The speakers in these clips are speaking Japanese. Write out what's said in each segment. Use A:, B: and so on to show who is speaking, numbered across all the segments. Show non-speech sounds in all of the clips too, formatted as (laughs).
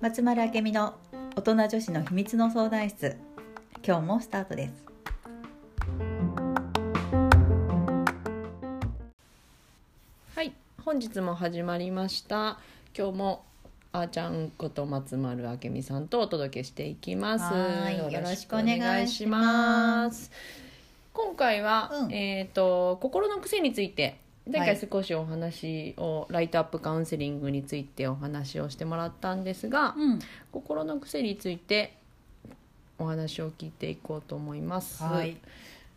A: 松丸明美の大人女子の秘密の相談室今日もスタートです
B: はい、本日も始まりました。今日もあーちゃんこと松丸明美さんとお届けしていきます。
A: はいよろしくお願いし
B: ま。
A: ます
B: 今回は、
A: うん
B: えっ、と心の癖について前
A: は
B: 回
A: い
B: 少しお話を、ライトアップカウンセリングについてお話をしてもらったんですが、
A: うん
B: 心の癖についてお話を聞いていこうと思います。
A: はい、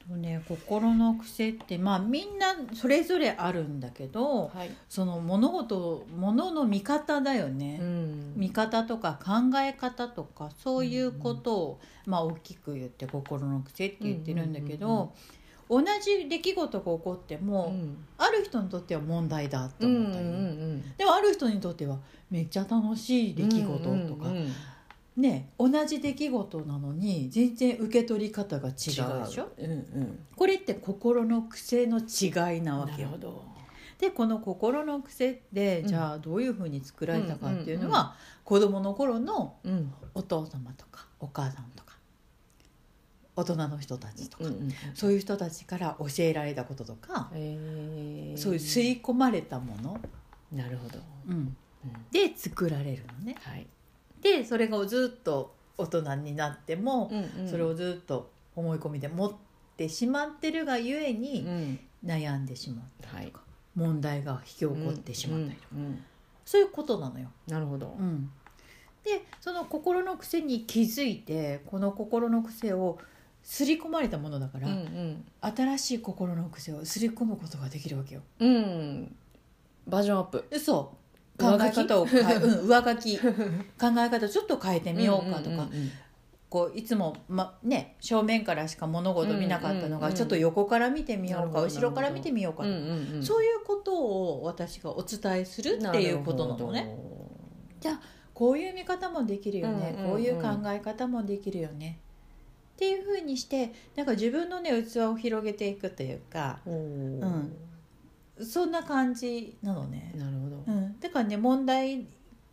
A: とね、心の癖ってまあみんなそれぞれあるんだけど、
B: はい。
A: その物事物の見方だよね、
B: うん
A: 見方とか考え方とかそういうことを、まあ、大きく言って心の癖って言ってるんだけど、
B: うんうん
A: 同じ出来事が起こって
B: う
A: も、
B: ん
A: ある人にとっては問題だと
B: うんうん
A: 思ったり、
B: うん
A: でもある人にとってはめっちゃ楽しい出来事とか、
B: うんうんうん
A: ね同じ出来事なのに全然受け取り方が違うでしょ
B: うんうん
A: これって心の癖の違いなわ
B: な
A: け
B: る
A: よ
B: ほど
A: でこの心の癖って
B: うん
A: じゃあどういうふうに作られたかっていうのは、
B: うん
A: 子供の頃の
B: うん
A: お父様とかお母さんとか大人の人たちとか、
B: うん
A: そういう人たちから教えられたこととか、
B: えー
A: そういう吸い込まれたもの、
B: なるほど
A: うん
B: うん
A: で作られるのね。
B: はい
A: でそれがずっと大人になっても、そ
B: そ
A: れ
B: れを
A: をずっと思い込みで持ってしまってるがゆえに悩んでしまう
B: はい
A: 問題が引き起こってしまったりとか、そういうことなのよ。
B: なるほど
A: うん、でその心の癖に気づいてこの心の癖を刷り込まれたものだから、
B: うん
A: 新しい心の癖を刷り込むことができるわけよ。
B: うんうんバージョンアッ (laughs) プ
A: 嘘考
B: 上
A: え
B: 書き
A: 方を変え、うん、上書き考え方ちょっと変えてみようかとか、
B: んんうん
A: こういつも、まね、正面からしか物事を見なかったのが、
B: うんうんうん
A: ちょっと横から見てみようか
B: なるほど
A: 後ろから見てみようかとか、
B: うんうんうん
A: そういうことを私がお伝えするっていうことなの
B: る
A: ね
B: ほど
A: こういう見方もできるよね、
B: うんうんうん
A: こういう考え方もできるよねっていうふうにしてなんか自分のね器を広げていくというか
B: おー
A: うんそんな感じなのね、
B: なるほど
A: うん、だからね問題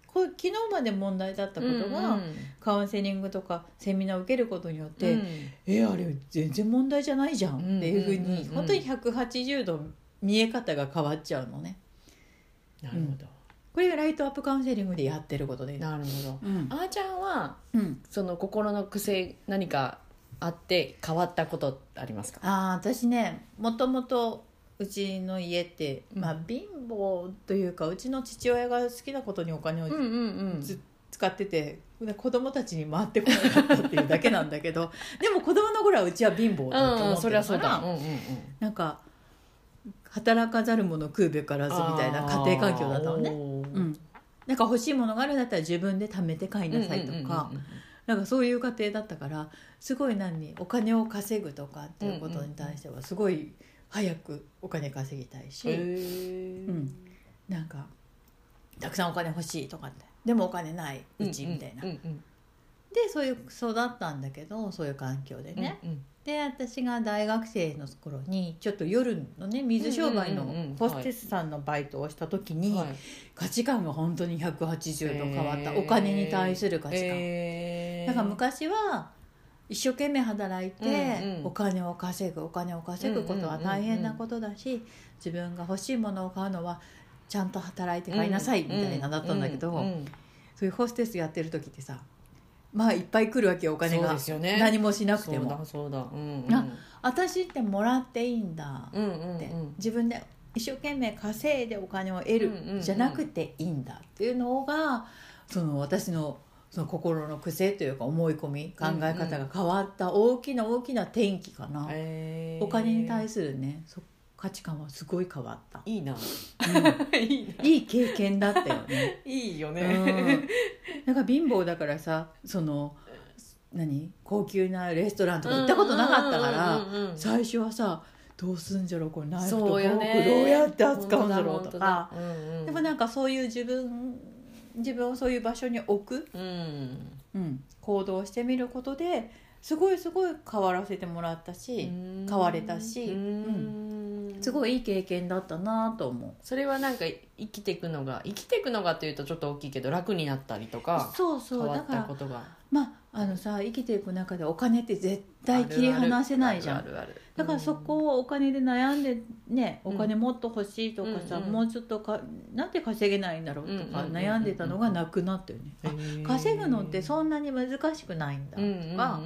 A: こう昨日まで問題だったことが、
B: うんうん
A: カウンセリングとかセミナーを受けることによって、
B: うん
A: えあれ全然問題じゃないじゃんっていうふう
B: うんうんう
A: に
B: んうん
A: 本当に180度見え方が変わっちゃうのね
B: なるほど
A: これがライトアップカウンセリングでやってることで
B: なるほど
A: うん
B: あーちゃんは
A: うん、
B: その心の癖何かあって変わったことありますか
A: ああ私ねもともとうちの家って、まあ、貧乏というかうちの父親が好きなことにお金を
B: うんうん
A: ず使ってて、子供たちに回ってこなかったっていうだけなんだけど (laughs) でも子供の頃はうちは貧乏だと
B: う
A: 思
B: ん、
A: って
B: そ
A: るか
B: り
A: ら
B: ゃそうだ。うんうん
A: なんか働かざる者食うべからずみたいな家庭環境だったのね、う
B: ね。
A: ん、なんか欲しいものがあるんだったら自分で貯めて買いなさいとか、なんかそういう家庭だったからすごい何お金を稼ぐとかっていうことに対してはすごい早くお金稼ぎたいし、うんなんかたくさんお金欲しいとかってでもお金ないうちみたいな、
B: うんうん
A: でそういう育ったんだけどそういう環境で
B: うん
A: ね、。
B: うん
A: で私が大学生の頃にちょっと夜のね水商売
B: うんうんうんう
A: の
B: ん
A: ホステスさんのバイトをした時に、
B: はい
A: 価値観が本当に180度変わった、
B: えー
A: お金に対する価値観、
B: えー
A: だから昔は一生懸命働いて、
B: うんうん
A: お金を稼ぐお金を稼ぐことは大変なことだし、自分が欲しいものを買うのはちゃんと働いて買いなさいみたいなだったんだけど、
B: ううん
A: そういうホステスやってる時ってさまあいっぱい来るわけよお金
B: そう
A: が
B: ですよね。
A: 何もしなくて
B: そう
A: も
B: だそうだ。うん
A: あ私ってもらっていいんだ
B: うんうん
A: って、
B: うん
A: 自分で一生懸命稼いでお金を得る
B: うんうんうん
A: じゃなくていいんだっていうのがその私のその心の癖というか思い込み考え方が変わった大きな大きな転機かな、
B: えー
A: お金に対するねそ価値観はすごい変わっ
B: (laughs)
A: た、
B: いいな。いいな。
A: いい経験だったよね、
B: いいよ
A: う
B: ね。
A: ん、なんか貧乏だからさその何高級なレストランとか (laughs) 行ったことなかったから、
B: うんうんうんうん
A: 最初はさどうすんじゃろうこれナイフとフ
B: そうよ
A: ォー
B: ね
A: クどうやって扱うんだろうとか、
B: 本当だ本当だうんうん
A: でもなんかそういう自分自分をそういう場所に置く、
B: うん
A: 行動してみることですごいすごい変わらせてもらったし、
B: 変
A: 変われたしすご
B: い
A: いいい経験だったなと思
B: それはなんか生きていくのが生きていくのがというとちょっと大きいけど楽になったりと
A: う
B: か
A: そうそ
B: 変
A: う
B: わ
A: だ
B: っ
A: か
B: た
A: ら
B: ことが
A: まああのさ生きていく中でお金って絶対切り離せないじゃん
B: あるある
A: だからそこをお金で悩んでねお金もっと欲しいとかさ、
B: うんうん
A: もうちょっとかなんで稼げないんだろうとか
B: うんうんうんうん
A: 悩んでたのがなくなったよね、あ稼ぐのってそんなに難しくないんだとか、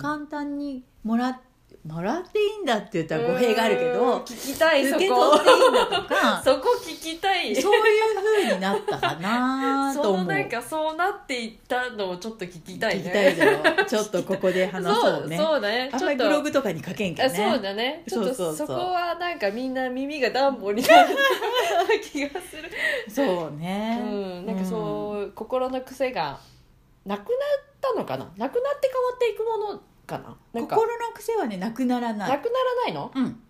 A: 簡単にもらもらっていいんだって言ったら語弊があるけど
B: 聞きたい
A: 受
B: そ
A: け取っていいん
B: こ
A: だとか
B: (laughs) そこ聞きたい
A: そういう風になったかなと
B: そ
A: 思
B: の
A: う。
B: なんかそうなっていったのをちょっと聞きたい
A: 聞き
B: ね
A: たい
B: (laughs)
A: だろちょっとここで話
B: そ
A: そう
B: う
A: ね。
B: そうだね
A: あん
B: ち
A: ま
B: ょ
A: り
B: っ
A: ブロ
B: と
A: グとかに書けんけ
B: あ
A: ど
B: そう
A: ね。
B: だねち
A: そ
B: ょ
A: う
B: っと
A: そうそ
B: そうこはなんかみんな耳がダンボになった気がする、
A: そうね。
B: うん、なんかそう、心の癖がなくなったのかななくなって変わっていくものかな
A: うん
B: なんか
A: 心の癖はねなくなら
B: な
A: な。
B: くないらないの
A: うん。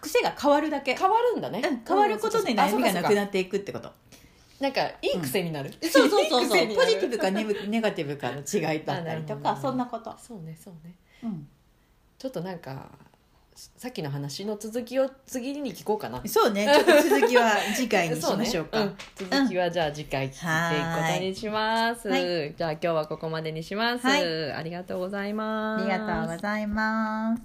A: 癖が変わるだけ。
B: 変わるんだね、
A: うん変わることで
B: あ
A: 悩
B: そう
A: みが
B: かそ
A: な
B: うか
A: くなっていくってこと。
B: なんかいい癖になる、
A: そうそうそう (laughs) そう。
B: いい癖にな
A: ポ
B: る
A: ジティブかネブネガティブかの違いだったりと
B: あなるほど
A: かそんなこと。
B: そうねそうね
A: うん。
B: ちょっとなんかさっきの話の続きを次に聞こうかな
A: そうね。ちょっと続きは次回にしましょう (laughs) か。
B: そねうん続きはじゃあ次回聞いていくことにします、
A: は
B: じゃあ今日はここまでにします、
A: はい
B: ありがとうございま
A: あ
B: す
A: りがとうございます。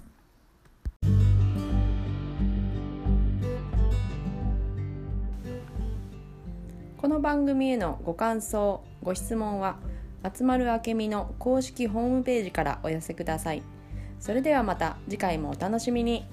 B: この番組へのご感想ご質問は集まるあけみの公式ホームページからお寄せくださいそれではまた次回もお楽しみに